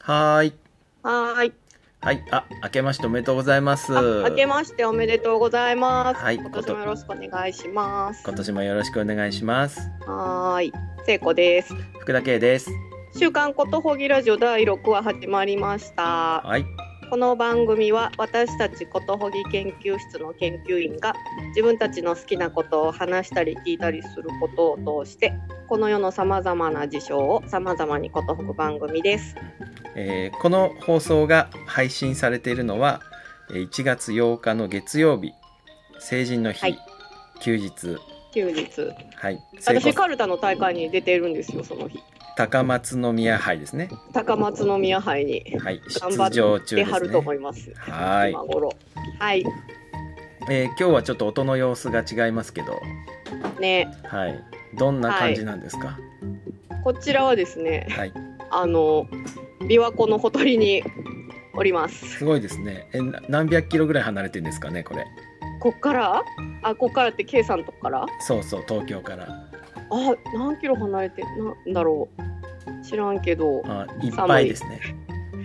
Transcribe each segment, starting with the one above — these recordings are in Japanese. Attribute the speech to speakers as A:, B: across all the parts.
A: はーい。
B: はーい。
A: はい。あ、明けましておめでとうございます。
B: あ明けましておめでとうございます。
A: はい
B: 今年もよろしくお願いします。
A: 今年もよろしくお願いします。
B: はーい。聖子です。
A: 福田圭です。
B: 週刊ことほぎラジオ第6話始まりました。
A: はい。
B: この番組は私たちことほぎ研究室の研究員が自分たちの好きなことを話したり聞いたりすることを通してこの世のさまざまな事象をさまざまにことほぐ番組です。
A: えーこの放送が配信されているのは、えー1月8日の月曜日、成人の日、
B: はい
A: 休日、
B: 休日。
A: はい。聖
B: 私
A: 子
B: カルタの大会に出てるんですよその日。
A: 高松宮杯ですね。
B: 高松宮杯に。
A: はい。出
B: 頑張
A: 場
B: っ
A: 中
B: て
A: で
B: は
A: す
B: ると思
A: ね。
B: います。
A: はい
B: 今頃。はい。
A: えー今日はちょっと音の様子が違いますけど、
B: ね、
A: はい。どんな感じなんですか。
B: こちらはですね、
A: はい。
B: あの琵琶湖のほとりにおります。
A: すごいですね。え、な何百キロぐらい離れてるんですかね、これ。
B: こっから？あ、こっからって K さんとこから？
A: そうそう、東京から。
B: あ、何キロ離れてなんだろう。知らんけど、
A: あ、いっぱいですね。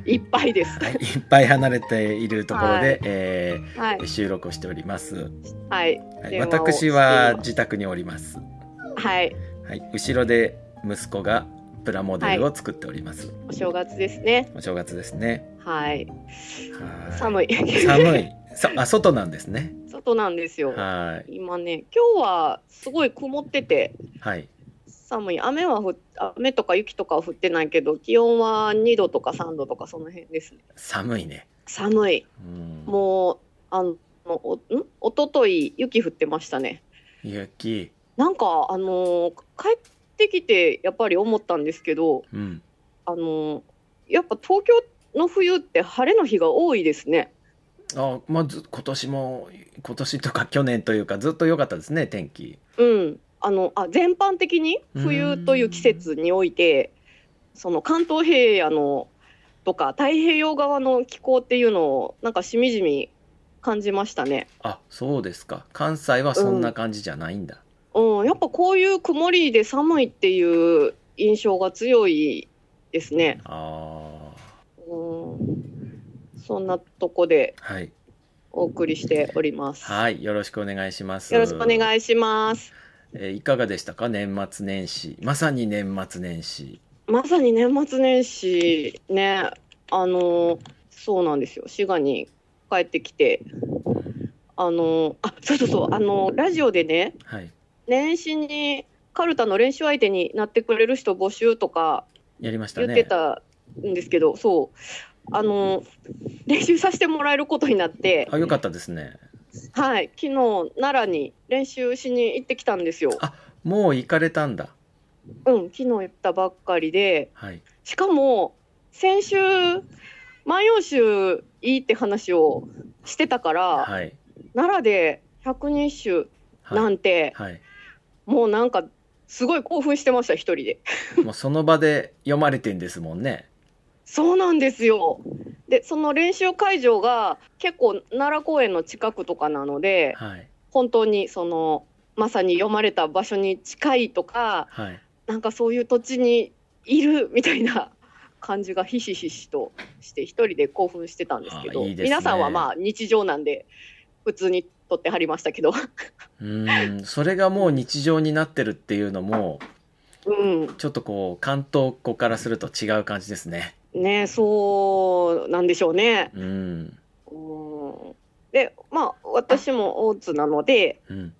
B: いっぱいです。
A: はい、いっぱい離れているところで、
B: はい
A: え
B: はい
A: ー、収録をしております。
B: はい
A: はい、
B: 電話を
A: 私は自宅におります。
B: はい。
A: はい、後ろで息子がプラモデルを作っております。
B: お正月ですね。
A: お正月ですね。
B: はい。
A: はい
B: 寒い。
A: 寒い。さあ、外なんですね。
B: 外なんですよ。
A: は
B: 今ね、今日はすごい曇ってて。
A: い。はい。
B: 寒い雨は降っ雨とか雪とかは降ってないけど気温は2度とか3度とかその辺ですね
A: 寒いね。
B: 寒い
A: うん。
B: もうあのおんおととい雪降ってましたね
A: 雪。
B: なんかあのー帰ってきてやっぱり思ったんですけど
A: うん。
B: あのーやっぱ東京の冬って晴れの日が多いですね
A: あ、まあ、ず、今年も、今年とか去年というか、ずっと良かったですね、天気。
B: うんあのあ全般的に冬という季節においてその関東平野のとか太平洋側の気候っていうのをなんかしみじみ感じましたね。
A: あ、そうですか。関西はそんな感じじゃないんだ。
B: うん、やっぱこういう曇りで寒いっていう印象が強いですね。
A: ああ。
B: うん、そんなとこで
A: はい。
B: お送りしております。
A: はい、よろしくお願いします。
B: よろしくお
A: い。
B: 願いします。
A: えーいかがでしたか、年末年始。まさに年末年始。
B: まさに年末年始ね、あのそうなんですよ。滋賀に帰ってきて、あのあそうそうそうあのラジオでね、
A: はい。
B: 年始にカルタの練習相手になってくれる人募集とか
A: やりました
B: 言
A: ね。
B: ってたんですけど、そうあの練習させてもらえることになって、
A: あ、よかったですね。
B: はい、昨日奈良に練習しに行ってきたんですよ。
A: あもう行かれたんだ。
B: うん、昨日行ったばっかりで。
A: はい。
B: しかも先週「万葉集」いいって話をしてたから、
A: はい。
B: 奈良で百人一首
A: は。
B: ないんて、
A: はい。
B: もうなんかすごい興奮してました一人で
A: もうその場で読まれてんですもんね。
B: そうなんですよでその練習会場が結構奈良公園の近くとかなので
A: はい。
B: 本当にそのまさに読まれた場所に近いとか
A: はい。
B: なんかそういう土地にいるみたいな 感じがひしひしとして一人で興奮してたんですけ
A: あ
B: ど
A: いいですね
B: 皆さんはまあ日常なんで普通に撮ってはりました けど、
A: うーん。それがもう日常になってるっていうのも、
B: うん、
A: ちょっとこう、関東っ子からすると違う感じですね。
B: ねそうなんでしょうね。
A: うん。
B: うんでまあ私も大津なので
A: うん。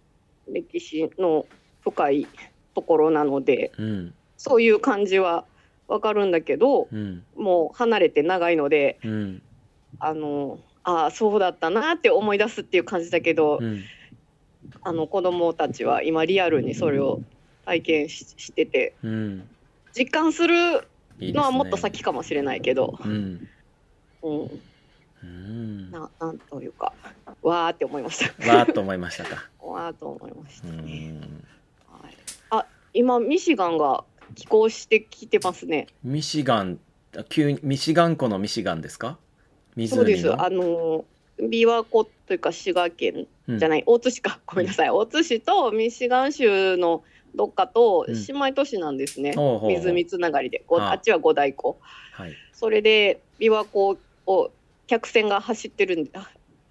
B: 歴史の深いところなので
A: うん。
B: そういう感じはわかるんだけど
A: うん。
B: もう離れて長いので
A: うん。
B: あのああそうだったなって思い出すっていう感じだけど、
A: うん。
B: あの子供たちは今リアルにそれを体験ししてて
A: うん。
B: 実感する
A: いいですね。
B: のはもっと先かもしれないけど
A: うん。
B: うん、
A: うん。わ
B: ななんというかわーって思いました
A: ーっと思いました か。
B: わーと思いまし
A: う
B: たね、
A: ん。
B: はい、あ今ミシガンが寄港してきてますね
A: ミシガン、あ急に、ミシガン湖のミシガンですか
B: そうで
A: 湖
B: す
A: の。
B: あのー琵琶湖というか滋賀県じゃない、大津市かごめんなさい大津市とミシガン州のどっかと
A: うん
B: 姉妹都市なんですね、
A: ほうほうほう
B: 湖つながりでご
A: ああ
B: あっちは五大湖
A: はい
B: それで琵琶湖を客船が走ってるん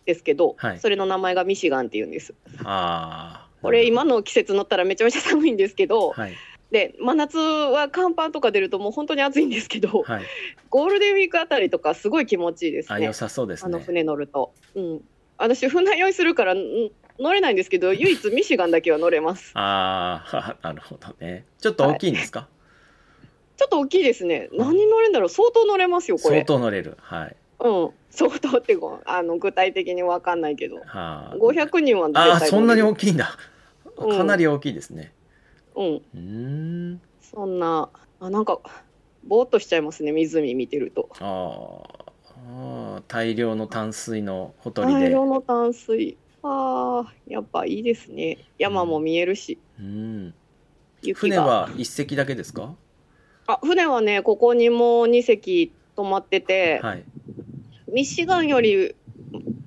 B: ですけど、
A: はい
B: それの名前がミシガンっていうんです
A: あー
B: これ今の季節になったらめちゃめちゃ寒いんですけど、
A: はい
B: で真夏は甲板とか出るともう本当に暑いんですけど、
A: はい
B: ゴールデンウィークあたりとかすごい気持ちいいです
A: あ
B: ね
A: 良さそうです
B: あの
A: ね
B: 船乗ると、うん、私船酔いするからん乗れないんですけど唯一ミシガンだけは乗れます
A: ああー なるほどねちょっと大きいんですか、
B: ちょっと大きいですね何乗れんだろう相当乗れますよこ
A: 相
B: れ
A: 当乗れるはい
B: うん相当ってごあの具体的に分かんないけど
A: は
B: 500人は
A: ああそんなに
B: 大
A: 大きいんだ
B: うん
A: かなり大きいですね
B: うん
A: うーん
B: そんなあなんかぼーっとしちゃいますね湖見てると
A: あーあー大量の淡水のほとり
B: 大
A: で
B: 量の淡水あーやっぱいいですね山も見えるし
A: うん
B: 雪が
A: 船は一隻だけですか
B: あ船はねここにも2隻泊まってて、
A: はい
B: ミシガンより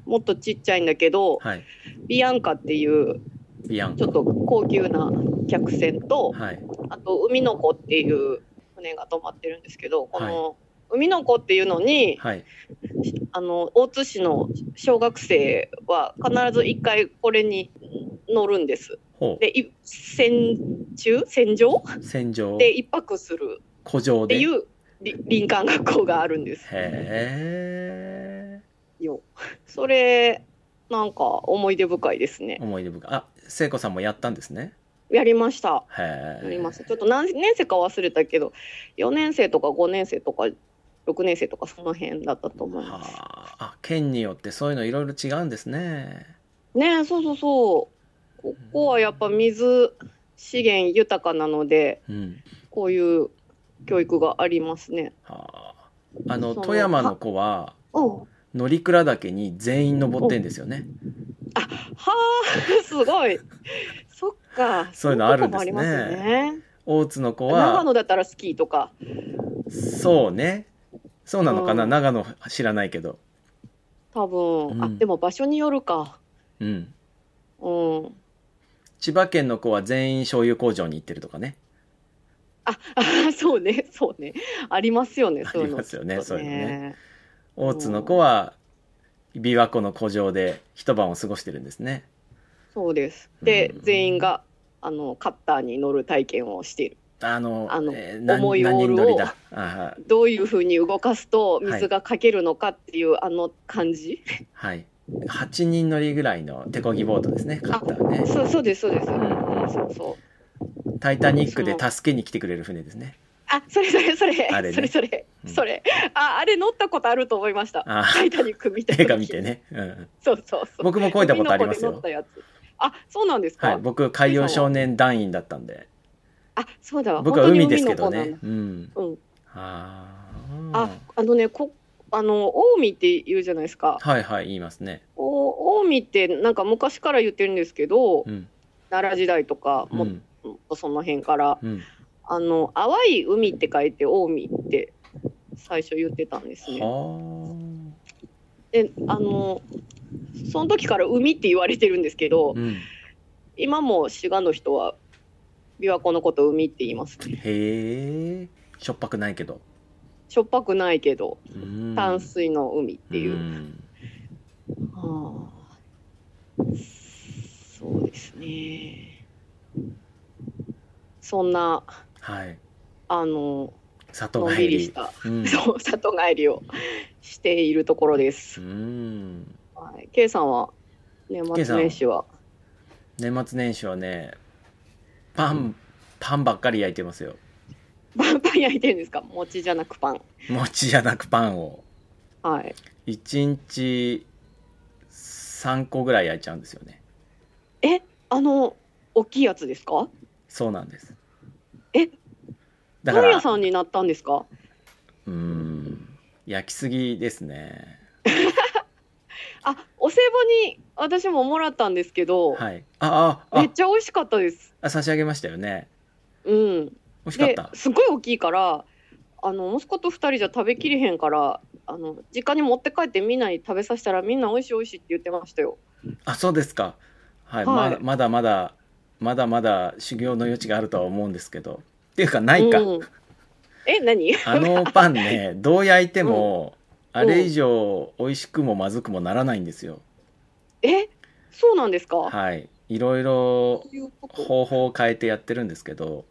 B: もっとちっちゃいんだけど、
A: はい
B: ビアンカっていう
A: ビアン
B: ちょっと高級な客船と、
A: はい
B: あと海の子っていう船が泊まってるんですけど、この海の子っていうのに、
A: はい
B: あの大津市の小学生は必ず1回これに乗るんです。
A: ほ
B: で、い船中船上
A: う船上
B: で1泊する
A: 古城
B: って
A: で
B: い
A: へ
B: うり林間学校があるんです
A: え
B: よ。それなんか思い出深いですね。
A: 思い出深いあ聖子さんもやったんですね
B: やりました。
A: へえ
B: やりました。ちょっと何年生か忘れたけど、4年生とか5年生とか6年生とかその辺だったと思い
A: は
B: ます。
A: ああ県によってそういうのいろいろ違うんですね
B: ねえ、そうそうそう。ここはやっぱ水資源豊かなので、
A: うん
B: こういう教育がありますね。
A: はああの
B: その
A: 富山の子は
B: うん。は
A: 乗鞍岳に全員登ってんですよね
B: あ、すごい。 そっか。
A: そういうのあるんですね
B: そういうとこもありますね。
A: 大津の子
B: 長
A: は
B: 野だったらスキーとか。
A: そうねそうなのかな、
B: うん
A: 長野知らないけど
B: 多分、
A: う
B: あ
A: ん
B: でも場所によるか
A: うん
B: うん
A: 千葉県の子は全員醤油工場に行ってるとかね
B: ああそうねそうねありますよねそういうの
A: ありますよね
B: きっと
A: そういうのね大津の子は琵琶湖の湖上で一晩を過ごしてるんですね
B: そうですで、
A: うん
B: 全員があのカッターに乗る体験をしている
A: あの
B: あの
A: えー何
B: 重いオール
A: 何人
B: を
A: 乗りだあー
B: どういうふうに動かすと
A: はい
B: 水がかけるのかっていう、あの感じ
A: はい8人乗りぐらいの手こぎボートですね買ったね
B: そうそうですそうです、
A: んうん
B: そうそう
A: タイタニックで助けに来てくれる船ですね。
B: あそれそれそれ
A: あれね
B: それそれ、
A: うん
B: それああれ乗ったことあると思いました
A: あ
B: タイタニック見 た
A: 映
B: 時
A: 画見てね。うん、
B: そうそうそう
A: 僕もこいだことあります
B: 海の
A: よ
B: 子。で乗ったやつあそうなんですか、
A: はい、僕海洋少年団員だったんで、
B: あそうだ
A: 僕は
B: 本当に
A: 海ですけど
B: 海の
A: ね
B: 子。
A: うん。
B: なのうん
A: あ
B: あ
A: あ。
B: あのねこあの近江って言うじゃないですか
A: はいはい言いますね。
B: お近江ってなんか昔から言ってるんですけど、
A: うん。
B: 奈良時代とか
A: う
B: も
A: ん。
B: っとその辺から、
A: うん。
B: あの淡い海って書いて近江って最初言ってたんですね
A: は
B: であのその時から海って言われてるんですけど、
A: あ。うん。
B: 今も滋賀の人は琵琶湖のことを海って言いますね
A: へえ。しょっぱくないけど。
B: しょっぱくないけど
A: うん
B: 淡水の海っていう、
A: ん
B: はあ、そうですね。そんな、
A: はい。
B: あの、
A: 里
B: のん
A: 帰
B: びりし
A: り。
B: た、
A: うん。
B: そう、里帰りをしているところで
A: う
B: す。
A: ん。
B: はい、K さんは、年末年始は、
A: 年末年始はね、パンパンばっかり焼いてますよ。
B: パンパン焼いてるんですか餅じゃなくパン。
A: 餅じゃなくパンを。
B: はい。
A: 1日3個ぐらい焼いちゃうんですよね
B: あの、大きいやつですか
A: そうなんです
B: え
A: だ
B: パ
A: か
B: ン
A: ら
B: 屋
A: う
B: さんになったんですか
A: ーん焼きすぎですね
B: あ、お歳暮に私ももらったんですけど、
A: はいああ
B: め
A: あ
B: っちゃ美味しかったです。
A: あ差し上げましたよね
B: うん。
A: 美味しかっ
B: で
A: た
B: すごい大きいからあの息子と2人じゃ食べきれへんからあの実家に持って帰ってみんなに食べさせたらみんな美味しい美味しいって言ってましたよ。
A: あそうですか、はい
B: は
A: ま
B: い
A: だまだまだまだまだ修行の余地があるとは思うんですけどっていうかないか、
B: うん、え何
A: あのパン ねどう焼いても、
B: ん
A: あれ以上美味しくもまずくもならないんですよ
B: えそうなんですか、
A: はいいろいろ
B: そういうこと
A: 方法を変えてやってるんですけど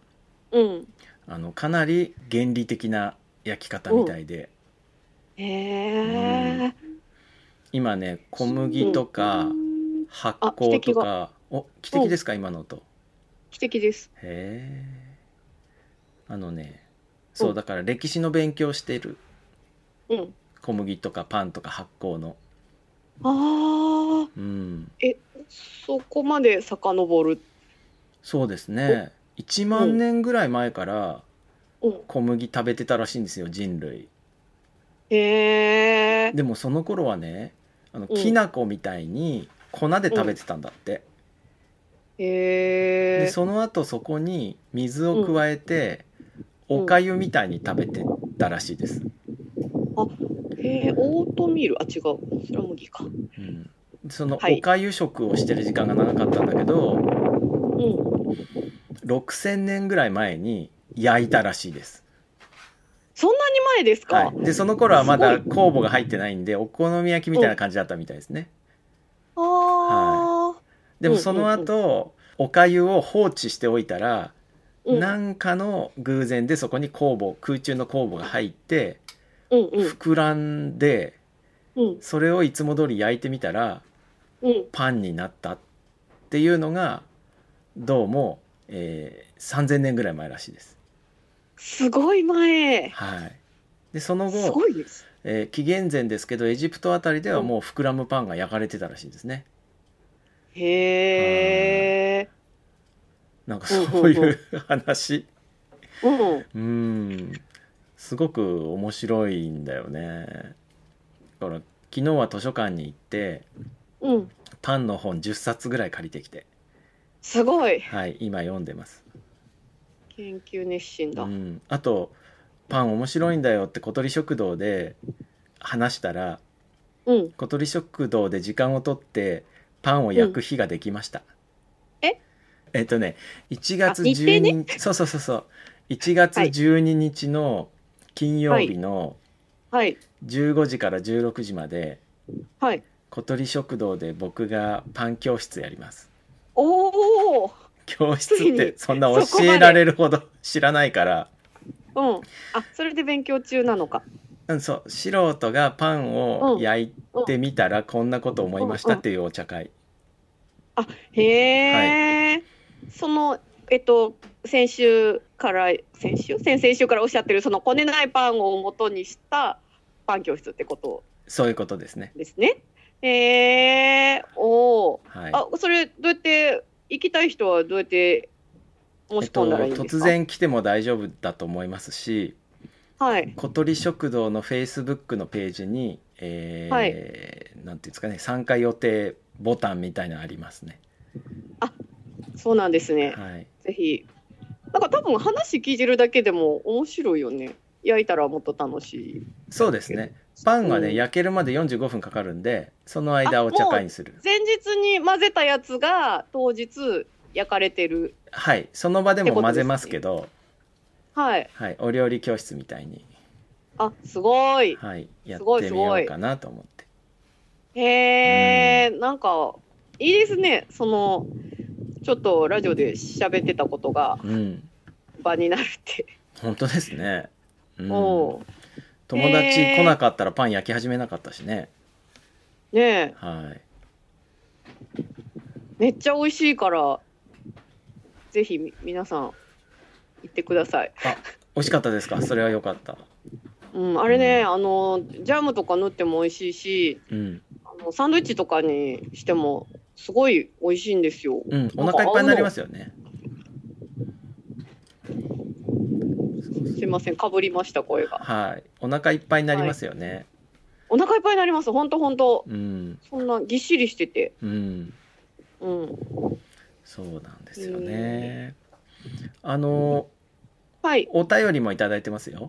B: うん
A: あのかなり原理的な焼き方みたいで、
B: へえ
A: 今ね小麦とか発酵とかお汽
B: う
A: 笛
B: ん
A: ですか今の音
B: 奇跡です。
A: へえあのねそうだから歴史の勉強してる
B: うん、
A: 小麦とかパンとか発酵の
B: ああ
A: うん
B: そこまで遡る。
A: そうですね1万年ぐらい前から
B: うん、
A: 小麦食べてたらしいんですよ人類
B: へえ
A: でもその頃はねあの
B: うん
A: きな粉みたいに粉で食べてたんだって、
B: へ
A: で
B: え
A: その後そこに水を加えて、
B: うん
A: おかゆみたいに食べてたらしいです、
B: へえオートミールあ違うそれは麦か。
A: うん、その
B: はい
A: おかゆ食をしてる時間が長かったんだけど、
B: うん
A: 6000年ぐらい前に焼いたらしいです、
B: そんなに前ですか。
A: はい、でその頃はますだ酵母が入ってないんでお好み焼きみたいな感じだったみたいですね
B: ああ、
A: でもその後、おかゆを放置しておいたら
B: うん
A: 何かの偶然でそこに酵母空中の酵母が入って
B: うんうん
A: 膨らんで
B: うん
A: それをいつも通り焼いてみたら
B: うん
A: パンになったっていうのがどうも、えー3000年ぐらい前らしいです。
B: すごい前
A: はい、でその後
B: すごいです
A: えー紀元前ですけどエジプトあたりではもう膨らむパンが焼かれてたらしいですね
B: へえ
A: なんかそうい
B: ほうほ
A: う話
B: うん
A: うんすごく面白いんだよねだから昨日は図書館に行って
B: うん
A: パンの本10冊ぐらい借りてきて
B: すごい
A: はい今読んでます、
B: 研究熱心
A: う
B: だ、
A: ん、あとパン面白いんだよって小鳥食堂で話したら
B: うん、
A: 小鳥食堂で時間をとってパンを焼く日ができました、
B: うんえ
A: えっとね1月
B: あ日程
A: 12
B: ね
A: 日、そうそうそうそう1月12日の金曜日の
B: はい
A: 15時から16時まで
B: はい
A: 小鳥食堂で僕がパン教室やります
B: おお
A: 教室
B: つい
A: っ
B: に
A: てそんな
B: そこ
A: 教
B: まで
A: えられるほど知らないから
B: うんあそれで勉強中なのか
A: うんそう素人がパンを焼いてみたらこんなこと思いましたっていうお茶会
B: へえ、そのえっと先週から先週先々週からおっしゃってるそのこねないパンを元にしたパン教室ってこと
A: そういうことですね
B: ですねへえおお
A: はい
B: あそれどうやって行きたい人はどうやって申し込んだらいいん
A: えっ
B: で
A: と、
B: す
A: 突
B: か、
A: 然来ても大丈夫だと思いますし
B: はい
A: 小鳥食堂のフェイスブックのページに、えー
B: は
A: なんていうんですかね参加予定ボタンみたいなのありますね。
B: そうなんですね
A: はい、
B: ぜひなんか多分話聞いてるだけでも面白いよね焼いたらもっと楽しい
A: そうですねパンがね、
B: うん
A: 焼けるまで45分かかるんでその間お茶会にする
B: 前日に混ぜたやつが当日焼かれてる
A: はいその場で
B: って
A: も
B: こ
A: 混
B: とですね
A: ぜますけど
B: はい
A: はい、お料理教室みたいに、
B: あすごい
A: はい、や
B: すご
A: っ
B: い
A: て
B: す
A: み
B: ご
A: よ
B: いう
A: かなと思って
B: へえなんかいいですねそのちょっとラジオで喋ってたことが
A: うん
B: 場になるって、
A: 本当ですね、うん、
B: おう
A: 友達来なかったらパン焼き始めなかったしね、
B: ねえ
A: はい
B: めっちゃ美味しいから、ぜひみ皆さん行ってください。
A: 美味しかったですかそれは良かった
B: うん、あれね、
A: う
B: あのジャムとか塗っても美味しいし、
A: うん、
B: あのサンドイッチとかにしてもすごい美味しいんですよ。
A: うん、お腹いっぱいになりますよね
B: すいません、かぶりました声が。
A: はいお腹いっぱいになりますよね、
B: お腹いっぱいになります。本当本当。
A: うん
B: そんなぎっしりしてて、
A: うん
B: うん、
A: そうなんですよねあの
B: はい、
A: お便りもいただいてますよ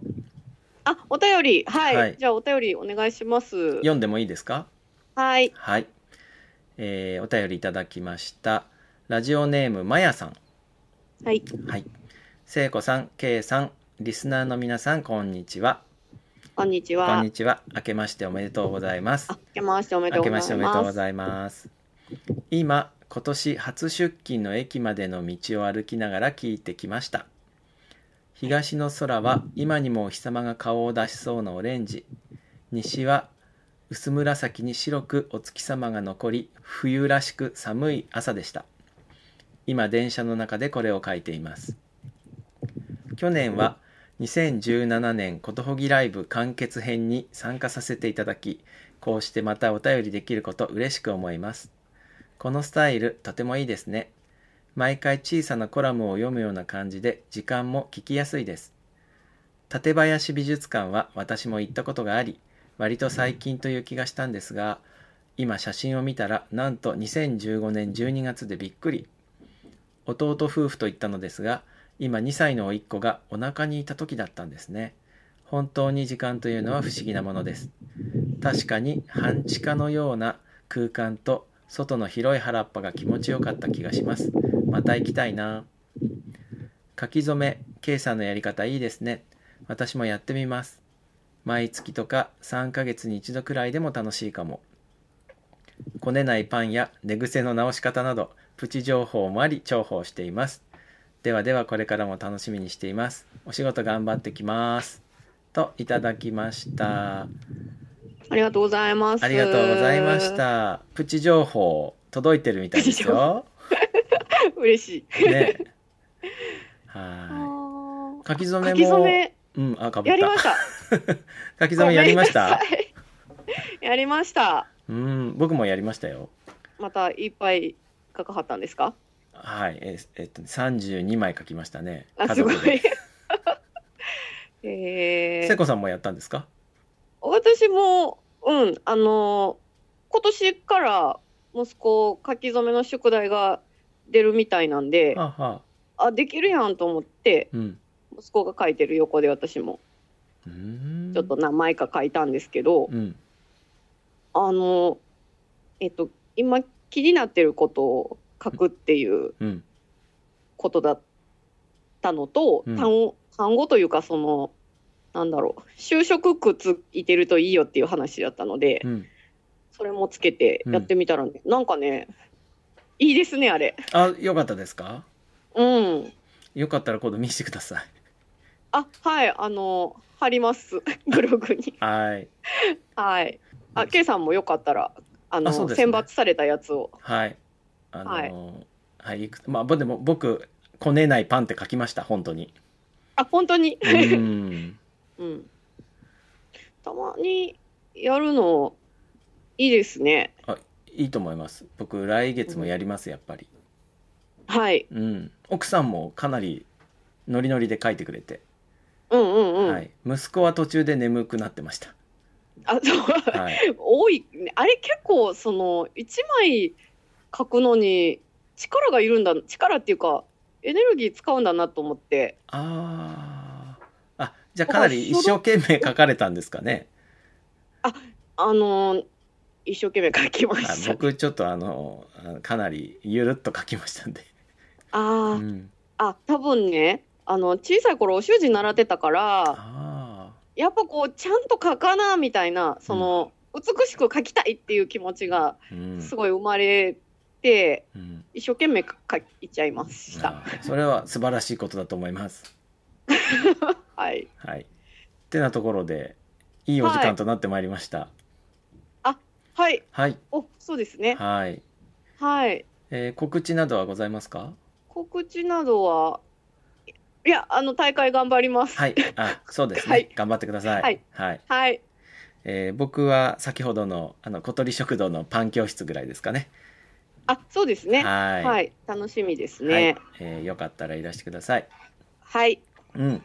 B: あ、お便り、はい、
A: はい
B: じゃあ、お便りお願いします。
A: 読んでもいいですか
B: はい、
A: はい、えーお便りいただきましたラジオネームまやさん
B: はい、
A: はい聖子さんけいさんリスナーの皆さんこんにちは
B: こんにち
A: こん
B: は。
A: にちは明けましておめでとうございます
B: あ、明けましておめでと
A: 明
B: う
A: け
B: ご
A: まして
B: ざいます。
A: おめでとうございます今今年初出勤の駅までの道を歩きながら聞いてきました東の空は今にもお日様が顔を出しそうなオレンジ西は薄紫に白くお月様が残り冬らしく寒い朝でした今電車の中でこれを書いています去年は2017年ことほぎライブ完結編に参加させていただきこうしてまたお便りできること嬉しく思います。このスタイルとてもいいですね。毎回小さなコラムを読むような感じで時間も聞きやすいです。館林美術館は私も行ったことがあり、割と最近という気がしたんですが、今写真を見たらなんと2015年12月でびっくり。弟夫婦と言ったのですが、今2歳の甥っ子がお腹にいた時だったんですね。本当に時間というのは不思議なものです。確かに半地下のような空間と外の広い原っぱが気持ちよかった気がしますまた行きたいな書き初め K さんのやり方いいですね私もやってみます毎月とか3ヶ月に一度くらいでも楽しいかもこねないパンや寝癖の直し方などプチ情報もあり重宝していますではではこれからも楽しみにしていますお仕事頑張ってきますといただきました、
B: ありがとうございます。
A: ありがとうございまし。た。プチ情報届いてるみたいですよ。
B: 嬉しい。
A: ね。
B: あ
A: は
B: ー
A: い。書き初めも。
B: 書き初め
A: うん、あ、かぶ
B: や
A: っ。
B: りましたた。
A: 書き初めやりまし
B: ごめんな
A: た。
B: さいやりました。
A: うん、僕もやりましたよ。
B: またいっぱい書かはったんですか。
A: はい、え、えっと、三十二枚書きましたね。
B: あ、
A: 家
B: すご
A: 族
B: い
A: で。。
B: え
A: 瀬
B: ー、
A: 子さんもやったんですか。
B: 私も、うん、あの今年から息子書き初めの宿題が出るみたいなんで、
A: はあ、はあ、
B: あ、できるやんと思って、
A: うん。
B: 息子が書いてる横で私も
A: うーん
B: ちょっと。何枚か書いたんですけど、
A: うん。
B: あのえっと今気になってることを書くっていう
A: うん。
B: ことだったのと、
A: うん
B: 単語単語というかそのなんだろう就職くついてるといいよっていう話だったので、
A: うん。
B: それもつけてやってみたらね、なんかねいいですねあれ
A: あ、よかったですか。
B: うん
A: よかったら、今度見せてください。
B: あはいあの貼りますブログに
A: はい。
B: はいあ K さんもよかったらあの
A: あそうですね
B: 選抜されたやつを
A: はい。あのーはい、いくつまあ、ぼでも、僕、こねないパンって書きました、本当に。
B: あ本当に
A: うー ん。
B: うん。たまにやるのいいですね。
A: いいと思います。僕、来月もやります、やっぱり。
B: はい。
A: うん。奥さんもかなり。ノリノリで書いてくれて、
B: うんうんうん。
A: はい、息子は途中で眠くなってま した。
B: あそう、
A: はい、
B: 多いね、あれ結構その一枚書くのに力がいるんだ力っていうかエネルギー使うんだなと思って
A: あーあ、じゃあかなり一生懸命書かれたんですか ね。
B: あのー一生懸命書きま
A: あ
B: した。
A: 僕ちょっとあのあかなりゆるっと書きましたんで。う
B: あー
A: ん、
B: あ多分ねあの小さい頃お習字習ってたから。
A: あ
B: やっぱこうちゃんと書かなみたいなその、美しく書きたいっていう気持ちが
A: ーうん
B: すごい生まれて、
A: うん、
B: 一生懸命書いちゃいました。
A: あーそれは素晴らしいことだと思います。
B: はい、
A: はい。ってなところで、いいお時間となってまいりました。
B: はい、
A: はい。
B: おそうです
A: はい。
B: ね、はい、
A: えー告知などはございますか
B: 告知などはいやあの大会頑張ります。
A: はい。あ、そうですね。
B: はい
A: 頑張ってください。
B: はい。はい、
A: えー僕は先ほどの、あの、小鳥食堂のパン教室ぐらいですかね。
B: あそうですね、は、
A: はいい。
B: 楽しみです
A: はい
B: ね。
A: えーよかったらいらしてください。
B: はい、
A: うん。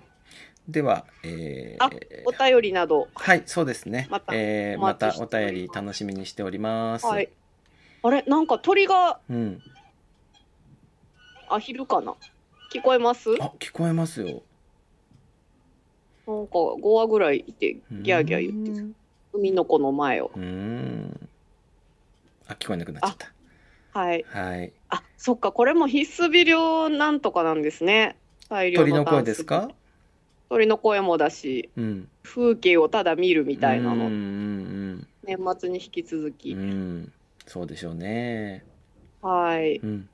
A: では、えー
B: あお便りなど、
A: はい、そうですね。
B: また
A: えー
B: お
A: ま
B: 待ち
A: た
B: して
A: お
B: おります
A: 便り楽しみにしております。
B: はい、あれなんか鳥が
A: うん。
B: あ昼かな聞こえます？
A: あ、聞こえますよ。
B: なんか5話ぐらいいてギャーギャー言ってる海の子の前を
A: うーんあ聞こえなくなっちゃった
B: はい
A: はい
B: あそっかこれも必須微量なんとかなんですね大量
A: 鳥の
B: ダ
A: 声
B: ンス
A: ですか
B: 鳥の声もだし
A: うん
B: 風景をただ見るみ
A: み
B: たいな
A: うん
B: の
A: うん
B: 年末に引き続
A: うん、
B: き
A: うん、そうでしょうね
B: はい
A: うん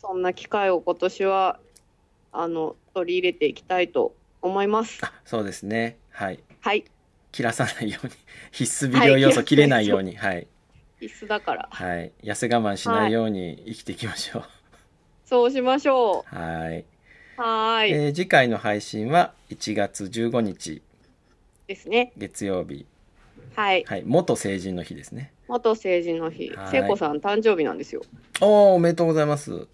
B: そんな機会を今年はあの取り入れていきたいと思います
A: あそうですねはい
B: はい
A: 切らさないように 必須微量要素切れないようにはい
B: 必須だから
A: はい痩せ我慢しないように生きていきましょう
B: そうしましょ
A: はい
B: うはーい
A: えー次回の配信は1月15日
B: ですね
A: 月曜日
B: はい
A: はい元成人の日ですね
B: 元成人の日
A: はい
B: 聖子さん誕生日なんですよ
A: おーおめでとうございます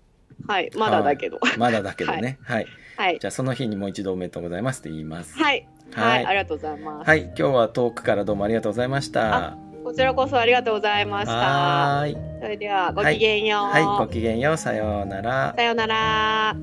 B: はいまだだけど
A: まだだけどねはい、
B: はい
A: じゃあその日にもう一度おめでとうございますって言います
B: はい
A: は
B: はいいありがとうございます
A: はい、今日は遠くからどうもありがとうございました。
B: こちらこそありがとうございました
A: はーい、
B: それではごきげんよう、
A: はい、ごきげんよう、さようなら。
B: さようなら